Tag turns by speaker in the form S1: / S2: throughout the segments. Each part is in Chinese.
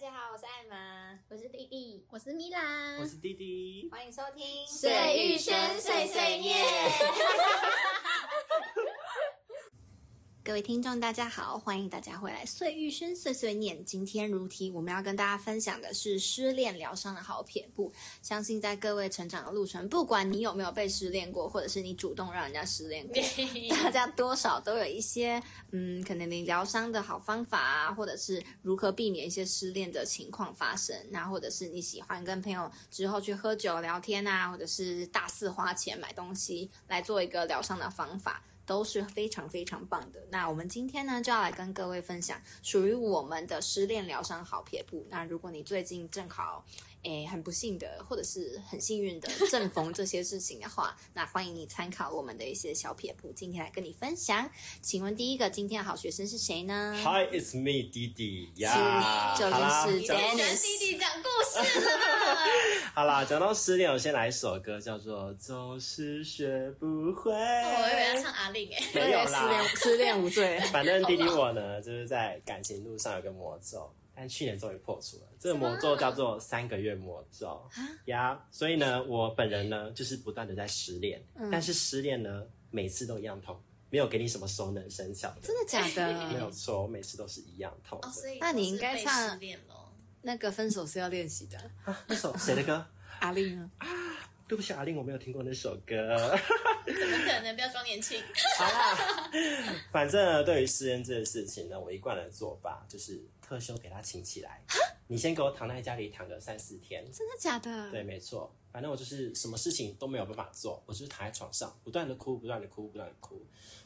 S1: 家好，我是艾玛，
S2: 我是弟弟，
S3: 我是米兰
S4: 我，是弟弟，
S1: 欢迎收听《
S3: 水玉轩碎碎念》。 各位听众，大家好，欢迎大家回来。碎玉轩碎碎念，今天如题，我们要跟大家分享的是失恋疗伤的好撇步。相信在各位成长的路程，不管你有没有被失恋过，或者是你主动让人家失 恋过，大家多少都有一些，嗯，可能你疗伤的好方法啊，或者是如何避免一些失恋的情况发生，那或者是你喜欢跟朋友之后去喝酒聊天啊，或者是大肆花钱买东西来做一个疗伤的方法。都是非常非常棒的。那我们今天呢，就要来跟各位分享属于我们的失恋疗伤好撇步。那如果你最近正好，诶，很不幸的，或者是很幸运的正逢这些事情的话，那欢迎你参考我们的一些小撇步，今天来跟你分享。请问第一个今天的好学生是谁呢？
S2: 嗯
S4: Hi, it's me, 弟弟呀。
S3: 是
S4: 好啦
S3: 就是
S4: 讲
S3: 讲
S2: 跟弟弟讲故事 了。
S4: 好啦，讲到失恋，我先来一首歌，叫做《总是学不会》。
S2: 哦我以为要唱阿令欸诶，
S4: 没有
S3: 失恋
S4: 啦，
S3: 失恋无罪。
S4: 反正弟弟我呢，就是在感情路上有个魔咒，但去年终于破除了。这个魔咒叫做三个月魔咒
S2: 啊
S4: 呀。所以呢，我本人呢，就是不断的在失恋，
S2: 嗯
S4: 但是失恋呢，每次都一样痛，没有给你什么熟能生巧的。
S3: 真的假
S4: 没有
S3: 的？
S4: 错，我每次都是一样痛的。
S2: 哦，所以
S3: 那你应该唱
S2: 我是被失恋咯。
S3: 那个分手是要练习的。
S4: 那首谁的歌？
S3: 阿丽呢？
S4: 对不起，啊阿令，我没有听过那首歌。
S2: 怎么可能？不要装年 轻。
S4: 好啦，反正呢，对于失恋这件事情呢，我一贯的做法就是特休给他请起来，你先给我躺在家里躺个三四天。
S3: 真的假的？
S4: 对，没错，反正我就是什么事情都没有办法做，我就是躺在床上，不断的哭，不断的哭，不断的哭，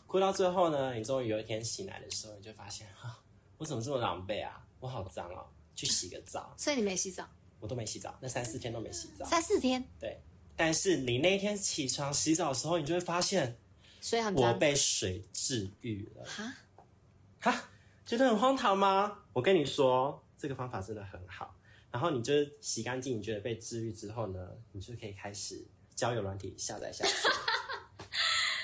S4: 哭到最后呢，你终于有一天醒来的时候，你就发现啊，我怎么这么狼狈啊，我好脏哦，去洗个澡，
S3: 所以你没洗澡
S4: 我都没洗澡，那三四天都没洗澡。
S3: 三四天，
S4: 对，但是你那一天起床洗澡的时候，你就会发现
S3: 所以很
S4: 我
S3: 脏。
S4: 被水治愈了。
S3: 啊，
S4: 哈，觉得很荒唐吗？我跟你说，这个方法真的很好。然后你就是洗干净，你觉得被治愈之后呢，你就可以开始交友软体下载 下去。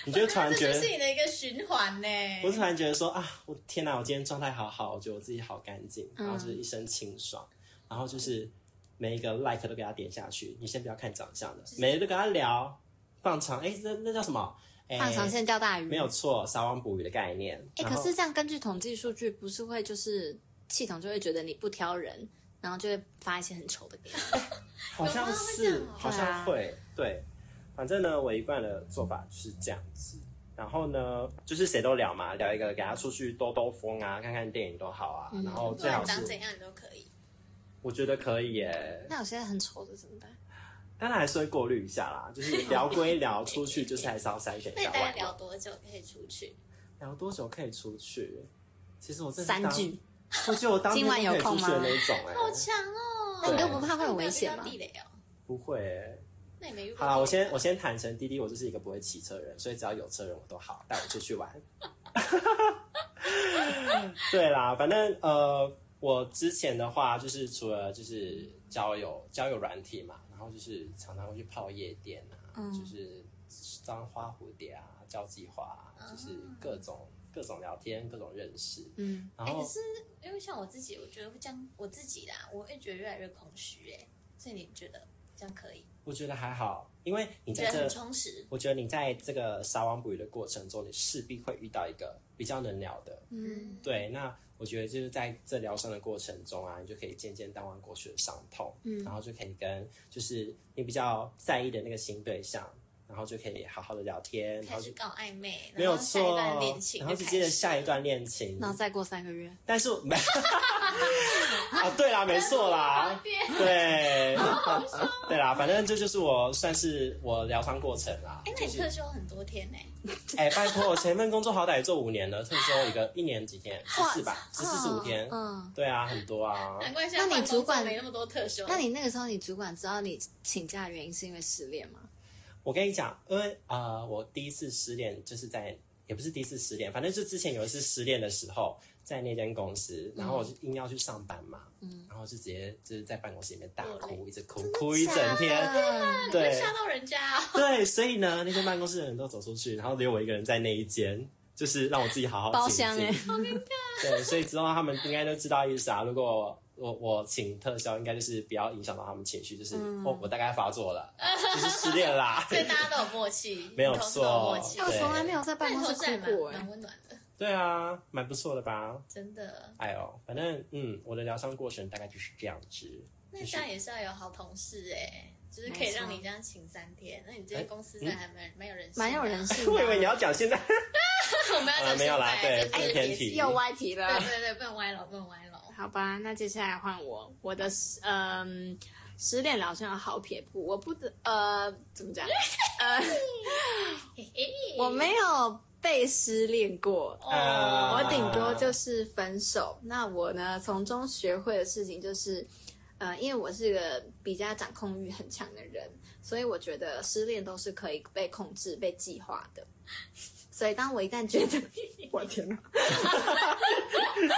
S4: 你就突然
S2: 这
S4: 觉得
S2: 就，是你的一个循环呢。
S4: 我突然觉得说啊，我天哪，我今天状态好好，我觉得我自己好干净，然后就是一身清爽，然后就是每一个 like 都给他点下去，你先不要看长相的，每一个都跟他聊，放长，哎、那那叫什么？哎
S3: 放长线钓大鱼
S4: 没有。错，撒网捕鱼的概念。
S3: 哎、
S4: 然
S3: 可
S4: 后
S3: 是这样根据统计数据，不是会就是系统就会觉得你不挑人，然后就会发一些很丑的给你。
S4: 好像
S2: 有
S4: 是
S2: 吗，
S4: 好
S3: 啊
S4: 像会，对。反正呢，我一贯的做法就是这样子。然后呢，就是谁都聊嘛，聊一个给他出去兜兜风啊，看看电影都好啊。然后
S2: 不
S4: 最
S2: 管嗯
S4: 好
S2: 长怎
S4: 是，
S2: 样你都可以。
S4: 我觉得可以耶。
S3: 那有些很丑的怎么办？
S4: 当然还是会过滤一下啦， 就是聊归聊，出去就是还是要筛选一
S2: 那你
S4: 下
S2: 大概
S4: 外
S2: 聊
S4: 表。
S2: 多久可以出去？
S4: 聊多久可以出去？其实我真的是
S3: 三
S4: 当
S3: 句，，
S4: 我觉得我当
S3: 今晚
S4: 天就可以
S3: 有空
S4: 出去的
S3: 吗
S4: 那一种哎、
S2: 好强哦！
S3: 那
S4: 你都
S3: 不怕会有危险吗
S2: 那你没有遇到地雷哦，
S4: 不会、欸。
S2: 那你没遇过？
S4: 好啦，我先我先坦诚，滴滴我就是一个不会骑车的人，所以只要有车人我都好带我出去玩。 对啦，反正呃，我之前的话就是除了就是交友交友软体嘛，然后就是常常会去泡夜店啊，
S2: 嗯
S4: 就是当花蝴蝶啊、交际花啊，就是各种各种聊天、各种认识。
S3: 嗯，
S4: 然
S2: 嗯哎、
S4: 后
S2: 可是因为像我自己，我觉得会这样，我自己啦，我会觉得越来越空虚哎、所以你觉得这样可以？
S4: 我觉得还好，因为你
S2: 觉
S4: 在
S2: 得
S4: 这
S2: 很充实，
S4: 我觉得你在这个撒网捕鱼的过程中，你势必会遇到一个比较能聊的，
S2: 嗯，
S4: 对。那我觉得就是在这疗伤的过程中啊，你就可以渐渐淡忘过去的伤痛，嗯，然后就可以跟就是你比较在意的那个新对象，然后就可以好好的聊天，然
S2: 开
S4: 后
S2: 始
S4: 就
S2: 搞暧昧，
S4: 没
S2: 然
S4: 有
S2: 后下一
S4: 错
S2: 段恋，情，
S4: 然后就接着下一。段恋情，
S3: 然后再过三个月，
S4: 但是我没 啊，对啦，没错啦，对， 对啦，反正这就是我算是我疗伤过程啦。
S2: 哎、那你特休很多天呢、
S4: 哎、拜托，我前份工作好歹也做五年了，退休一个一年几 天，十四吧，十四十五天，
S3: 嗯，
S4: 对啊，很多啊。
S2: 难怪现在换
S3: 那你主管
S2: 工作没那么多特休。
S3: 那你那个时候，你主管知道你请假的原因是因为失恋吗？
S4: 我跟你讲，因为啊，我第一次失恋就是在，也不是第一次失恋，反正就之前有一次失恋的时候，在那间公司，然后我就硬要去上班嘛，嗯，然后就直接就是在办公室里面大哭，一直哭，哭一整天，
S3: 嗯
S2: 会
S4: 对
S2: 吓到人家、哦，
S4: 对，所以呢，那些办公室的人都走出去，然后留我一个人在那一间，就是让我自己好好
S3: 包
S4: 静
S3: 厢
S4: 静
S3: 欸
S4: 对，所以之后他们应该都知道意思啊。如果我我请特效应该就是不要影响到他们情绪，就是、哦，我大概发作了，就是失 恋啦。
S2: 所以嗯大家都有默契，
S4: 没有
S2: 同事都有默
S4: 错
S2: 契
S4: 对。
S3: 我从来没有在办
S2: 但
S3: 公
S2: 同
S3: 室
S2: 事还
S3: 哭过
S2: 蛮
S3: 哎
S2: 蛮。温暖的，
S4: 对啊，蛮不错的吧？
S2: 真的。
S4: 哎呦，反正嗯，我的疗伤过程大概就是这样子。
S2: 那
S4: 就
S2: 这
S4: 是
S2: 样 也是要有好同事哎、就是可以让你这样请三天。那你
S4: 哎
S2: 这个公
S4: 嗯
S2: 司真的还蛮蛮有人性的，
S3: 蛮有人性
S4: 我以为你要讲现在，
S2: 我们要讲
S4: 啊没有啦
S2: 现在
S4: 对
S2: 就是
S4: 偏
S2: 也是
S4: 题
S3: 又歪题
S2: 对
S3: 了。
S2: 对对，不能歪楼，不能歪楼。
S3: 好吧，那接下来换我，我的失嗯失恋疗伤好撇步，我不得呃怎么讲，呃
S2: 嘿嘿
S3: 我没有被失恋过，
S2: 哦，
S4: 呃
S3: 我顶多就是分手。那我呢，从中学会的事情就是，呃，因为我是个比较掌控欲很强的人，所以我觉得失恋都是可以被控制、被计划的。所以当我一旦觉得， 我天哪！就是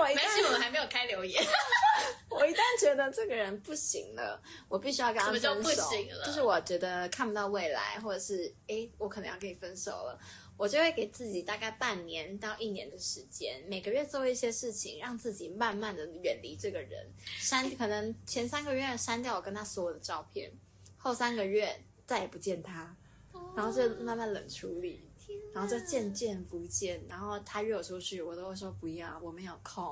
S3: 我一
S2: 没关系，我
S3: 旦
S2: 们还没有开留言。
S3: 我一旦觉得这个人不行了，我必须要跟他分
S2: 什
S3: 手。
S2: 么叫不行了
S3: 就是我觉得看不到未来，或者是诶，我可能要跟你分手了，我就会给自己大概半年到一年的时间，每个月做一些事情，让自己慢慢的远离这个人。删可能前三个月删掉我跟他所有的照片，后三个月再也不见他，
S2: 哦
S3: 然后就慢慢冷处理。然后就渐渐不见，然后他约我出去，我都会说不要，我没有空，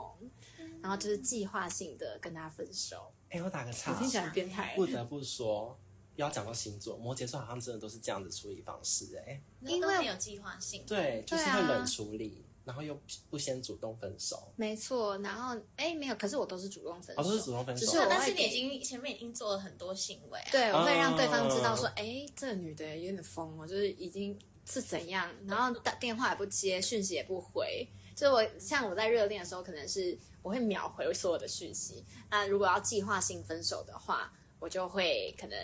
S3: 然后就是计划性的跟他分手。
S4: 哎、我打个岔
S3: 我，听起来很变态，
S4: 不得不说，要讲到星座，摩羯座好像真的都是这样子处理方式、哎，
S3: 因为
S2: 都很有计划性，
S4: 对，就是
S3: 对啊
S4: 会冷处理，然后又不先主动分手，
S3: 没错。然后哎，没有，可是我都是主动分手，
S4: 哦，都是主动分手，
S3: 只是我
S2: 但
S3: 会
S2: 是你
S3: 给
S2: 已经前面已经做了很多行为啊，
S3: 对，我会让对方知道说
S4: 哦，
S3: 哎、这个女的有点疯哦，就是已经是怎样，然后打电话也不接，讯息也不回。就是我像我在热恋的时候，可能是我会秒回所有的讯息。那如果要计划性分手的话，我就会可能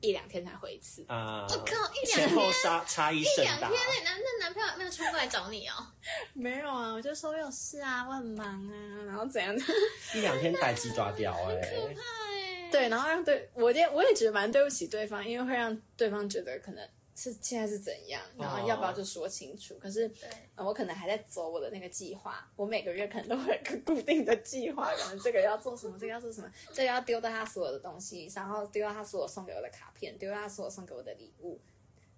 S3: 一两天才回一次。
S4: 啊，
S2: 我靠，一两
S4: 前
S2: 天
S4: 后差差异甚
S2: 两
S4: 大
S2: 天。内，男那男朋友没有冲过来找你哦？
S3: 没有啊，我就说我有事啊，我很忙啊，然后怎样？
S4: 一两天逮鸡抓掉哎、
S2: 哎，
S3: 对，然后让对我也我也觉得蛮对不起对方，因为会让对方觉得可能是现在是怎样，然后要不要就说清楚。可是
S2: 对，
S3: 呃我可能还在走我的那个计划，我每个月可能都会有一个固定的计划，可能这个要做什么，这个要做什么，这个要丢掉他所有的东西，然后丢掉他所有送给我的卡片，丢掉他所有送给我的礼物，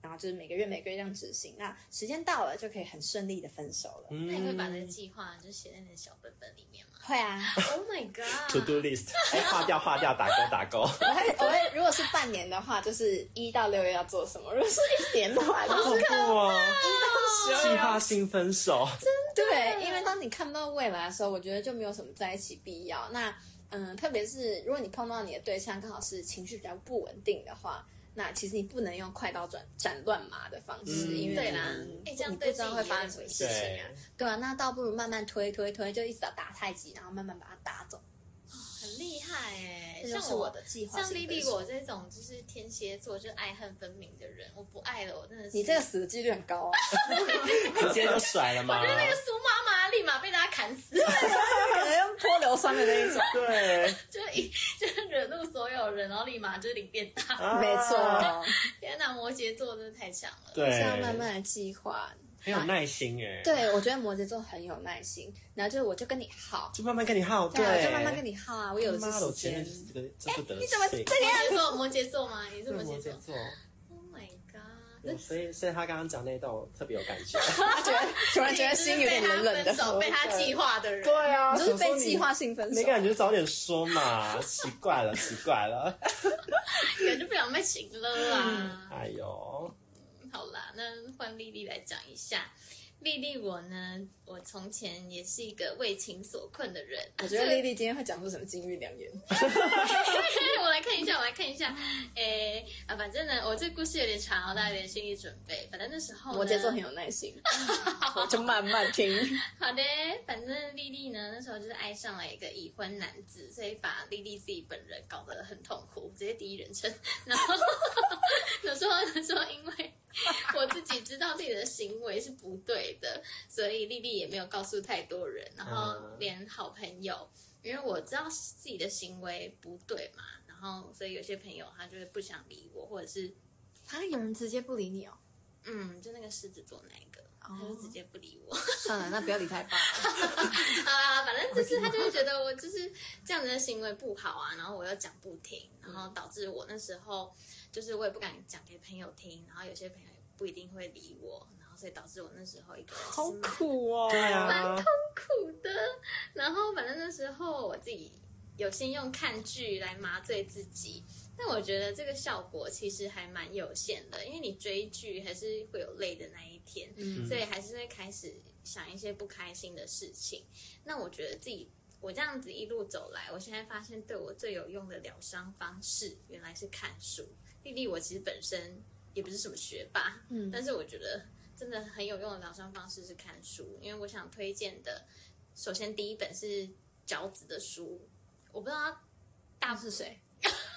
S3: 然后就是每个月每个月这样执行。那时间到了就可以很顺利的分手了。
S2: 那你会把这个
S4: 嗯
S2: 计划就写在你的小本本里面吗
S3: 会啊，
S2: ？Oh my
S4: ，to
S2: god！
S4: do list，哎、划掉划掉，打勾打勾，
S3: 我会我会，如果是半年的话，就是一到六月要做什么；如果是一年的话，就是
S4: 恐怖哦，
S3: 十
S4: 计划性分手，
S3: 对，因为当你看不到未来的时候，我觉得就没有什么在一起必要。那嗯，特别是如果你碰到你的对象刚好是情绪比较不稳定的话，那其实你不能用快刀斩斩乱麻的方式，
S4: 嗯
S3: 因为
S2: 对啦
S3: 你，
S2: 哎，这样
S3: 你不
S2: 对
S3: 知
S2: 自己
S3: 道会发生什么事
S4: 对
S3: 情啊。对啊，那倒不如慢慢推推推，就一直到打太极，然后慢慢把它打走。
S2: 很厉害哎，
S3: 这就
S2: 像
S3: 是我的计划
S2: 像
S3: 性
S2: 丽
S3: 分
S2: 丽
S3: 手
S2: 我这种就是天蝎座，就是爱恨分明的人，我不爱了，我真的是
S3: 你这个死的几率很高啊！
S4: 直接就甩了吗？
S2: 那个苏妈妈立马被大家砍死，
S3: 可能用泼硫酸的那一种。
S4: 对，
S2: 就是一就是惹怒所有人，然后立马就领便当。
S4: 啊
S3: 没错，
S2: 天哪，摩羯座真的太强了。
S4: 对，
S3: 是要慢慢的计划。
S4: 很有耐心哎、，
S3: 对，我觉得摩羯座很有耐心，然后就是我就跟你耗，
S4: 就慢慢跟你耗，
S3: 对啊，我就慢慢跟
S4: 你。
S3: 你耗啊，我有的
S4: 妈的，
S3: 是
S4: 我
S3: 时
S4: 前面
S3: 间
S4: 就。是这个这副德行。你
S3: 怎么这个
S2: 摩羯座，摩羯座吗？你是摩羯
S4: 摩
S2: 座
S4: 羯座？
S2: ？Oh my god！
S4: 嗯所以，所以他刚刚讲那一段，我特别有感觉。
S3: 他觉得突然觉得心有点冷冷
S2: 被他分手，
S3: 的。
S2: 被他计划的人。
S4: 对啊
S3: 你就是被计划性分手
S4: 没。感觉，早点说嘛！奇怪了，奇怪了。
S2: 感觉不想被请了
S3: 嗯
S2: 啊。
S4: 哎呦，
S2: 好啦，那换丽丽来讲一下。丽丽，我呢，我从前也是一个为情所困的人。
S3: 我觉得丽丽今天会讲出什么金玉良言？
S2: 我来看一下，我来看一下。诶、啊，反正呢，我这故事有点长哦，大家有点心理准备。反正那时候呢
S3: 摩羯座很有耐 心，我就慢慢听。
S2: 好的，反正丽丽呢，那时候就是爱上了一个已婚男子，所以把丽丽自己本人搞得很痛苦，直接第一人称。 然后有时候 有时候因为我自己知道自己的行为是不对的，所以丽丽也没有告诉太多人，然后连好朋友，因为我知道自己的行为不对嘛，然后所以有些朋友他就是不想理我，或者是
S3: 啊，有人直接不理你哦。
S2: 嗯，就那个狮子座那一个，他就直接不理我。
S3: 算了，那不要理他吧。
S2: 好啦，好啦反正就是他就是觉得我就是这样子的行为不好啊，然后我又讲不听，然后导致我那时候就是我也不敢讲给朋友听，然后有些朋友也不一定会理我，然后所以导致我那时候一个人
S3: 好
S2: 是蛮
S3: 苦哦。
S4: 对啊，
S2: 苦的。然后反正那时候我自己有先用看剧来麻醉自己，但我觉得这个效果其实还蛮有限的，因为你追剧还是会有累的那一天，
S3: 嗯
S2: 所以还是会开始想一些不开心的事情。那我觉得自己。我这样子一路走来，我现在发现对我最有用的疗伤方式，原来是看书。丽丽，我其实本身也不是什么学霸，
S3: 嗯
S2: 但是我觉得真的很有用的疗伤方式是看书，因为我想推荐的，首先第一本是饺子的书，我不知道大，
S3: 是谁？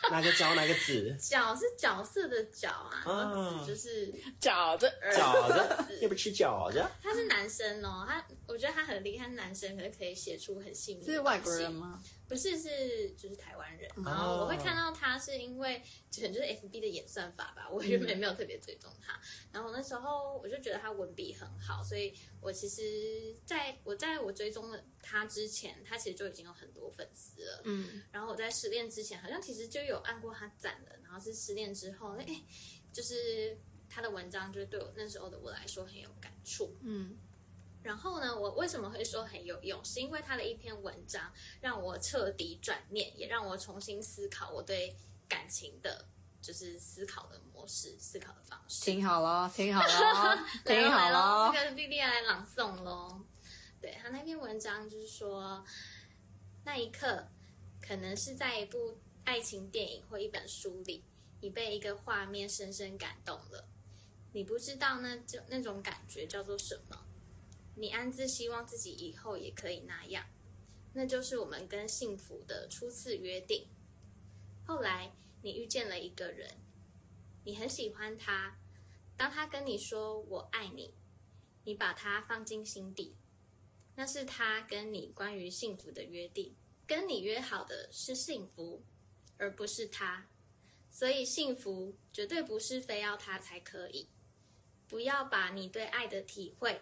S4: 哪个角哪个子
S2: 饺是角色的饺啊，然后
S4: 啊
S2: 子就是
S3: 饺子。
S2: 儿
S4: 饺
S2: 子
S4: 子，要不吃饺子？
S2: 他是男生哦，他我觉得他很厉害，他是男生可是可以写出很细腻。
S3: 这是外国人？吗？
S2: 不是，是就是台湾人。然后我会看到他是因为可能就是 FB 的演算法吧，我原本没有特别追踪他。然后那时候我就觉得他文笔很好，所以我其实在我在我追踪了他之前，他其实就已经有很多粉丝了。
S3: 嗯，
S2: 然后我在失恋之前，好像其实就有按过他赞了，然后是失恋之后，哎，就是他的文章就是对我那时候的我来说很有感触。
S3: 嗯，
S2: 然后呢，我为什么会说很有用，是因为他的一篇文章让我彻底转念，也让我重新思考我对感情的，就是思考的模式、思考的方式。
S3: 听好了，听好 了，
S2: 来
S3: 听
S2: 咯
S3: 好
S2: 来喽，
S3: 了。
S2: 那个莉莉来朗诵喽。对他那篇文章就是说，那一刻可能是在一部爱情电影或一本书里，你被一个画面深深感动了，你不知道那就那种感觉叫做什么，你暗自希望自己以后也可以那样，那就是我们跟幸福的初次约定。后来你遇见了一个人，你很喜欢他，当他跟你说“我爱你”，你把他放进心底，那是他跟你关于幸福的约定。跟你约好的是幸福，而不是他。所以幸福绝对不是非要他才可以。不要把你对爱的体会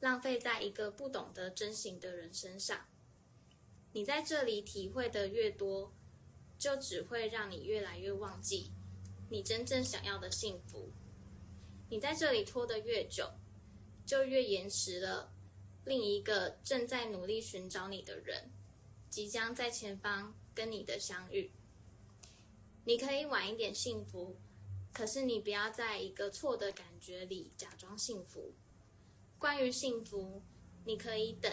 S2: 浪费在一个不懂得珍惜的人身上。你在这里体会的越多，就只会让你越来越忘记你真正想要的幸福。你在这里拖得越久，就越延迟了另一个正在努力寻找你的人，即将在前方跟你的相遇。你可以晚一点幸福，可是你不要在一个错的感觉里假装幸福。关于幸福，你可以等，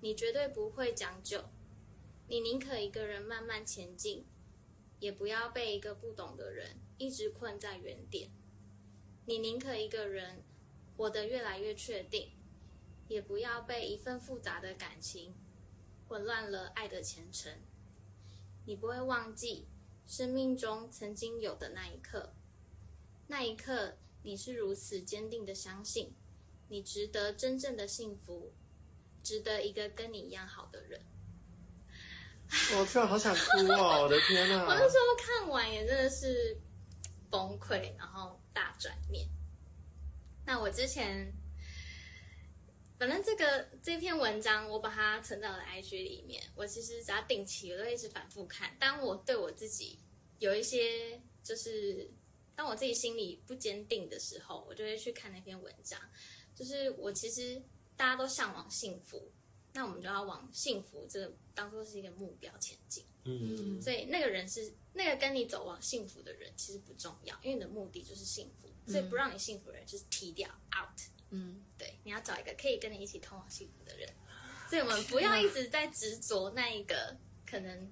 S2: 你绝对不会将就，你宁可一个人慢慢前进，也不要被一个不懂的人一直困在原点。你宁可一个人活得越来越确定，也不要被一份复杂的感情混乱了爱的前程。你不会忘记生命中曾经有的那一刻，那一刻你是如此坚定的相信，你值得真正的幸福，值得一个跟你一样好的人。
S4: 我突然好想哭 哦！我的天哪
S2: 我那时候看完也真的是崩溃，然后大转念。那我之前，反正这个这篇文章我把它存到了 IG 里面，我其实只要定期我都会一直反复看。当我对我自己有一些就是。当我自己心里不坚定的时候，我就会去看那篇文章。就是我其实大家都向往幸福，那我们就要往幸福这个当做是一个目标前进。
S4: 嗯，
S2: 所以那个人是那个跟你走往幸福的人，其实不重要，因为你的目的就是幸福，所以不让你幸福的人就是踢掉 out。
S3: 嗯，
S2: 对，你要找一个可以跟你一起通往幸福的人。所以我们不要一直在执着那一个可能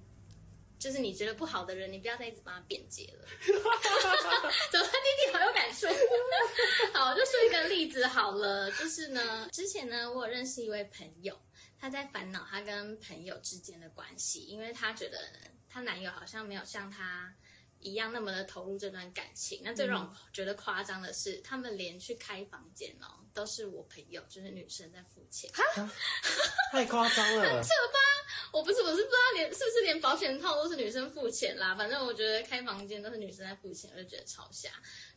S2: 就是你觉得不好的人，你不要再一直帮他辩解了。怎么弟弟好有感触？ 好，我就说一个例子好了，就是呢，之前呢，我有认识一位朋友，她在烦恼她跟朋友之间的关系，因为她觉得她男友好像没有像她一样那么的投入这段感情。那最让我觉得夸张的是，他们连去开房间哦，都是我朋友，就是女生在付钱。
S4: 太夸张了，
S2: 我不是，我是不知道连是不是连保险套都是女生付钱啦。反正我觉得开房间都是女生在付钱，我就觉得超瞎。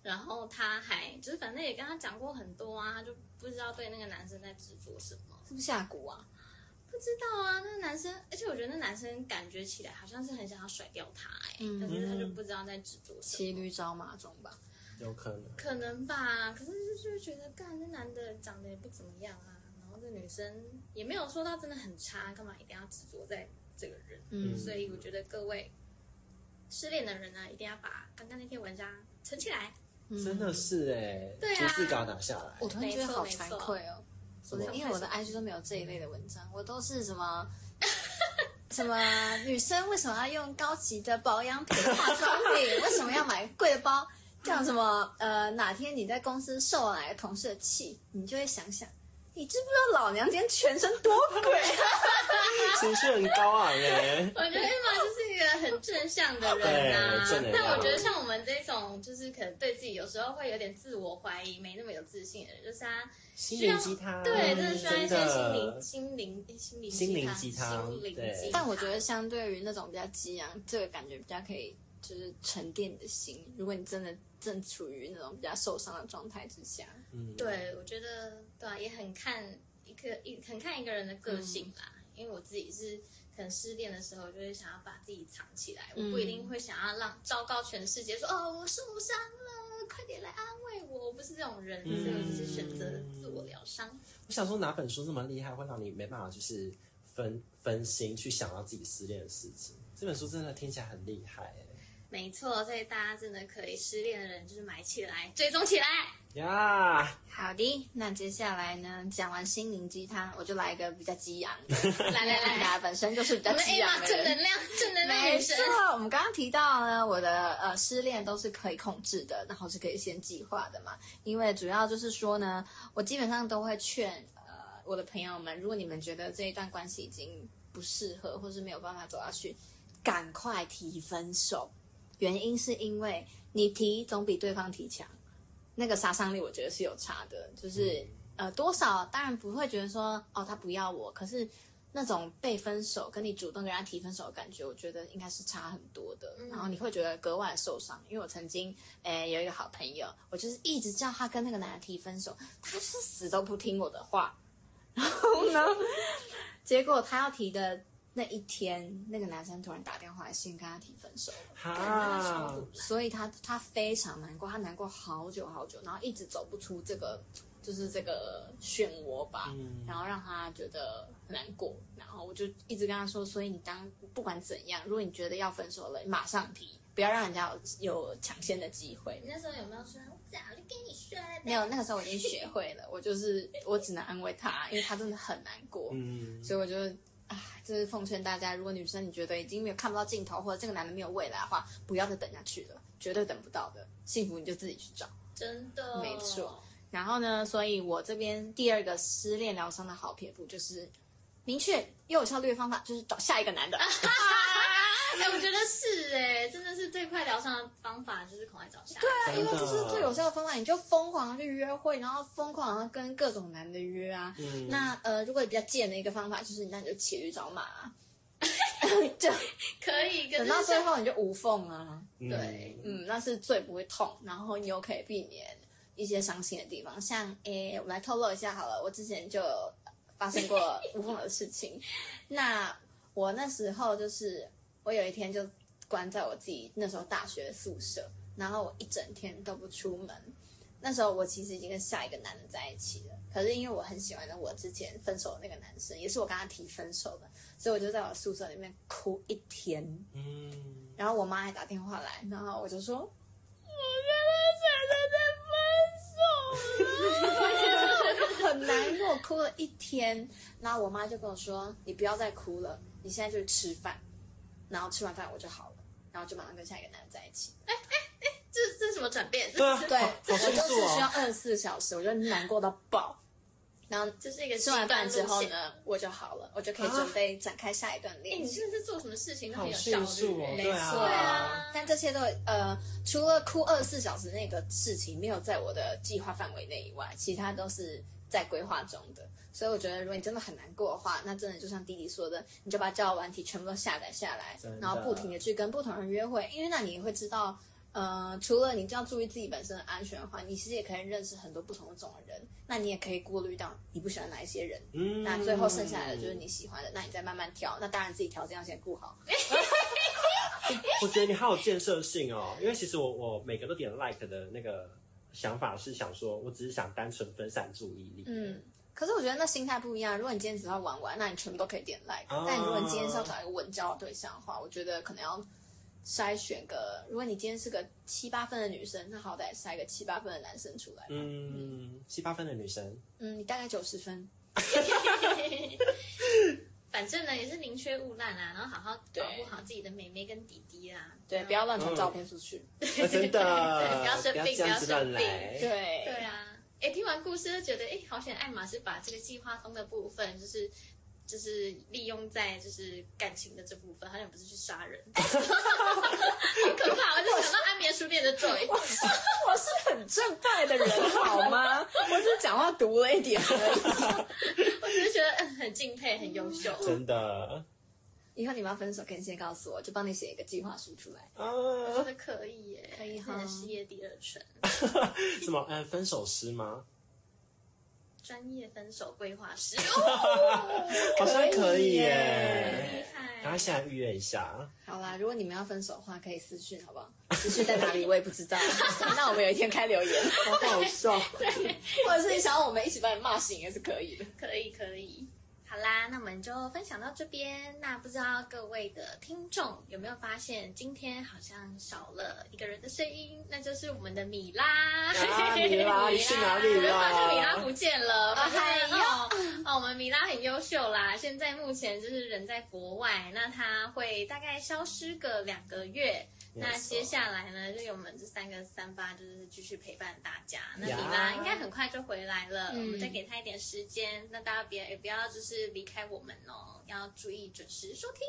S2: 然后他还就是反正也跟他讲过很多啊，他就不知道对那个男生在执着什么。
S3: 是不是下蛊啊？
S2: 不知道啊，那个男生，而且我觉得那男生感觉起来好像是很想要甩掉他、哎、
S3: 嗯
S2: 可是他就不知道在执着什
S3: 骑
S2: 么。
S3: 驴找马中吧。
S4: 有可能。
S2: 可能吧，可是就是觉得，干这男的长得也不怎么样啊，然后这女生也没有说到真的很差，干嘛一定要执着在这个人？
S3: 嗯
S2: 所以我觉得各位失恋的人呢，啊一定要把刚刚那篇文章存起来。
S3: 嗯
S4: 真的是哎，
S2: 嗯对啊
S4: 逐字稿拿下来，
S3: 我突然觉得好
S2: 没
S3: 惭
S2: 错
S3: 愧哦，我的
S2: 错
S3: 因为我的 IG 都没有这一类的文章，我都是什 么什么女生为什么要用高级的保养品、化妆品，为什么要买贵的包？像什么呃，哪天你在公司受了哪个同事的气，你就会想想，你知不知道老娘今天全身多 贵？
S4: 情绪很高昂哎，
S2: 我觉得 Emma 就是一个很正向的人啊
S4: 对正，能量
S2: 但我觉得像我们这种，就是可能对自己有时候会有点自我怀疑、没那么有自信的人，就是他
S4: 心
S2: 需要
S4: 灵鸡汤，嗯
S2: 对，真
S4: 真
S2: 的需要一些心灵、心灵、心灵、
S4: 心灵
S2: 鸡
S4: 鸡汤
S2: 心灵
S4: 对
S2: 鸡汤。
S3: 但我觉得相对于那种比较激昂，这个感觉比较可以就是沉淀你的心。如果你真的正处于那种比较受伤的状态之下，
S4: 嗯，
S2: 对，我觉得对啊，也很看一个一很看一个人的个性
S3: 嗯
S2: 啦。因为我自己是可能失恋的时候，就会想要把自己藏起来，我不一
S3: 嗯
S2: 定会想要让昭告全世界说哦我受伤了，快点来安慰我。我不是这种人，
S3: 嗯
S2: 所以我就是选择自我疗伤。
S4: 我想说哪本书这么厉害，会让你没办法就是分分心去想到自己失恋的事情？这本书真的听起来很厉害哎。
S2: 没错，所以大家真的可以失恋的人就是埋起来，追踪起来。
S4: 呀、
S3: 好的，那接下来呢？讲完心灵鸡汤，我就来一个比较激昂 的。
S2: 来来来
S3: 大家本身就是比较
S2: 我们
S3: 激昂
S2: Emma 正
S3: 的
S2: 能
S3: 人。
S2: 量，正能量
S3: 没
S2: 女
S3: 错
S2: 神。，
S3: 我们刚刚提到呢，我的呃失恋都是可以控制的，然后是可以先计划的嘛。因为主要就是说呢，我基本上都会劝呃我的朋友们，如果你们觉得这一段关系已经不适合，或是没有办法走下去，赶快提分手。原因是因为你提总比对方提强，那个杀伤力我觉得是有差的，就是。呃，多少当然不会觉得说哦，他不要我，可是那种被分手跟你主动跟他提分手的感觉，我觉得应该是差很多的。然后你会觉得格外受伤，因为我曾经诶有一个好朋友，我就是一直叫他跟那个男的提分手，他就是死都不听我的话。然后呢， 结果他要提的那一天，那个男生突然打电话来先跟他提分手。
S4: 哈，
S3: 所以他他非常难过，他难过好久好久，然后一直走不出这个就是这个漩涡吧，
S4: 嗯
S3: 然后让他觉得很难过。然后我就一直跟他说，所以你当不管怎样，如果你觉得要分手了，马上提，不要让人家有有抢先的机会
S2: 你。那时候有没有说，我早就跟你说了吧
S3: 没有，那个时候我已经学会了，我就是我只能安慰他，因为他真的很难过。
S4: 嗯，
S3: 所以我就啊，就是奉劝大家，如果女生你觉得已经没有看不到尽头，或者这个男的没有未来的话，不要再等下去了，绝对等不到的。幸福你就自己去找。
S2: 真的
S3: 没错。然后呢，所以我这边第二个失恋疗伤的好撇步就是明确又有效率的方法，就是找下一个男的。
S2: 哎、我觉得是哎、真的是最快疗伤的方法就是赶快找下。对，
S4: 真的
S3: 因为这是最有效的方法，你就疯狂的去约会，然后疯狂的跟各种男的约啊。
S4: 嗯
S3: 那呃，如果你比较贱的一个方法就是，那你就骑驴找马、啊， 就
S2: 可以。可
S3: 等
S2: 是
S3: 到最
S2: 像
S3: 后你就无缝啊。
S2: 对
S4: 嗯
S3: 嗯，那是最不会痛，然后你又可以避免一些伤心的地方。像诶，我们来透露一下好了，我之前就有发生过无缝的事情。那我那时候就是，我有一天就关在我自己那时候大学的宿舍，然后我一整天都不出门。那时候我其实已经跟下一个男人在一起了，可是因为我很喜欢的我之前分手的那个男生，也是我跟他提分手的，所以我就在我宿舍里面哭一天。
S4: 嗯，
S3: 然后我妈还打电话来，然后我就说，我跟
S2: 哦
S3: 他现在在分手了，很难过，哭了一天。然后我妈就跟我说，你不要再哭了，你现在就去吃饭，然后吃完饭我就好了，然后就马上跟下一个男人在一起。
S2: 这这是什么转变？
S4: 对啊，
S3: 对，
S4: 好
S3: 我
S4: 迅
S3: 就
S4: 速
S3: 是需要
S4: 哦，
S3: 二十四小时，我就难过到爆。然后
S2: 这是一个
S3: 吃完饭
S2: 极
S3: 之
S2: 端路
S3: 后
S2: 线？
S3: 呢，我就好了，我就可以
S4: 啊
S3: 准备展开下一段
S2: 哎，
S3: 恋
S2: 你
S3: 情。
S2: 真的是做什么事情都很有
S4: 好
S2: 效
S4: 迅
S2: 率
S4: 速哦，
S2: 欸，
S3: 没
S4: 啊，
S3: 错
S2: 对啊，
S3: 但这些都呃，除了哭二十四小时那个事情没有在我的计划范围内以外，其他都是在规划中的。所以我觉得，如果你真的很难过的话，那真的就像弟弟说的，你就把交友软体全部都下载下来
S4: 真的，
S3: 然后不停的去跟不同人约会，因为那你也会知道，呃，除了你就要注意自己本身的安全的话，你其实也可以认识很多不同的种的人，那你也可以过滤到你不喜欢哪一些人，
S4: 嗯
S3: 那最后剩下来的就是你喜欢的，那你再慢慢挑。那当然自己条件要先顾好，
S4: 我觉得你好有建设性哦，因为其实我我每个都点 like 的那个想法是想说，我只是想单纯分散注意力。
S3: 嗯，可是我觉得那心态不一样。如果你今天只是要玩玩，那你全部都可以点 like、
S4: 哦
S3: 但如果你今天是要找一个稳交的对象的话，我觉得可能要筛选个。如果你今天是个七八分的女生，那好歹筛个七八分的男生出来。嗯
S4: 嗯，七八分的女生，
S3: 你大概九十分。
S2: 反正呢也是宁缺毋滥啊，然后好好
S3: 对
S2: 保护好自己的妹妹跟弟弟啊啦，
S3: 对，
S2: 然后
S3: 不要乱传照片出去。
S4: 啊真的，
S2: 不要生病
S4: 这样子
S2: 不要生
S4: 乱来。
S2: 病
S3: 对
S2: 对啊，哎，听完故事就觉得，哎，好险，艾玛是把这个计划中的部分，就是就是利用在就是感情的这部分，好像不是去杀人， 好可怕！我就想到《安眠书店》的 Joy，
S3: 我是很正派的人，好吗？我只是讲话毒了一点而
S2: 我只是觉得嗯很敬佩，很优秀。
S4: 真的
S3: 已。以后你们要分手，可以先告诉我，就帮你写一个计划书出来。
S4: 啊，
S2: 我觉得可以耶，
S3: 可以哈
S2: 哈，事业第二春，
S4: 什么嗯，分手诗吗？
S2: 专业分手规划师，哦
S4: 好像可以
S3: 耶
S2: 厉
S4: 耶，
S2: 害！
S4: 然后现在预约一下。
S3: 好啦，如果你们要分手的话，可以私讯，好不好？私讯在哪里我也不知道。 那我们有一天开留 言，
S4: 好好笑，
S3: 或者是你想要我们一起把你骂醒也是可以的。
S2: 可以可以。好啦，那我们就分享到这边。那不知道各位的听众有没有发现，今天好像少了一个人的声音，那就是我们的米拉。
S4: 啊 米拉你去哪里啦
S2: 我们发现米拉不见
S3: 啊
S2: 了。发现
S3: 哎呦
S2: 哦 哦，我们米拉很优秀啦，现在目前就是人在国外，那他会大概消失个两个月。
S4: 没有
S2: 那
S4: 错
S2: 接下来呢，就由我们这三个三八就是继续陪伴大家。那米
S4: 呀
S2: 拉应该很快就回来了，
S3: 嗯
S2: 我们再给他一点时间。那大家别也不要就是离开我们哦，要注意准时收听。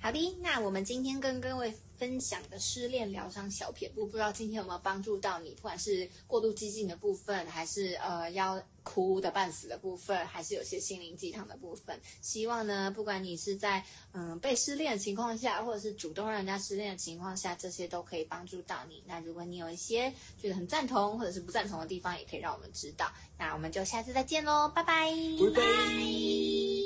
S3: 好的，那我们今天跟各位分享的失恋疗伤小撇步，不知道今天有没有帮助到你？不管是过度激进的部分，还是呃要哭的半死的部分，还是有些心灵鸡汤的部分。希望呢，不管你是在嗯、被失恋的情况下，或者是主动让人家失恋的情况下，这些都可以帮助到你。那如果你有一些觉得很赞同或者是不赞同的地方，也可以让我们知道。那我们就下次再见喽，拜拜。
S4: 拜拜。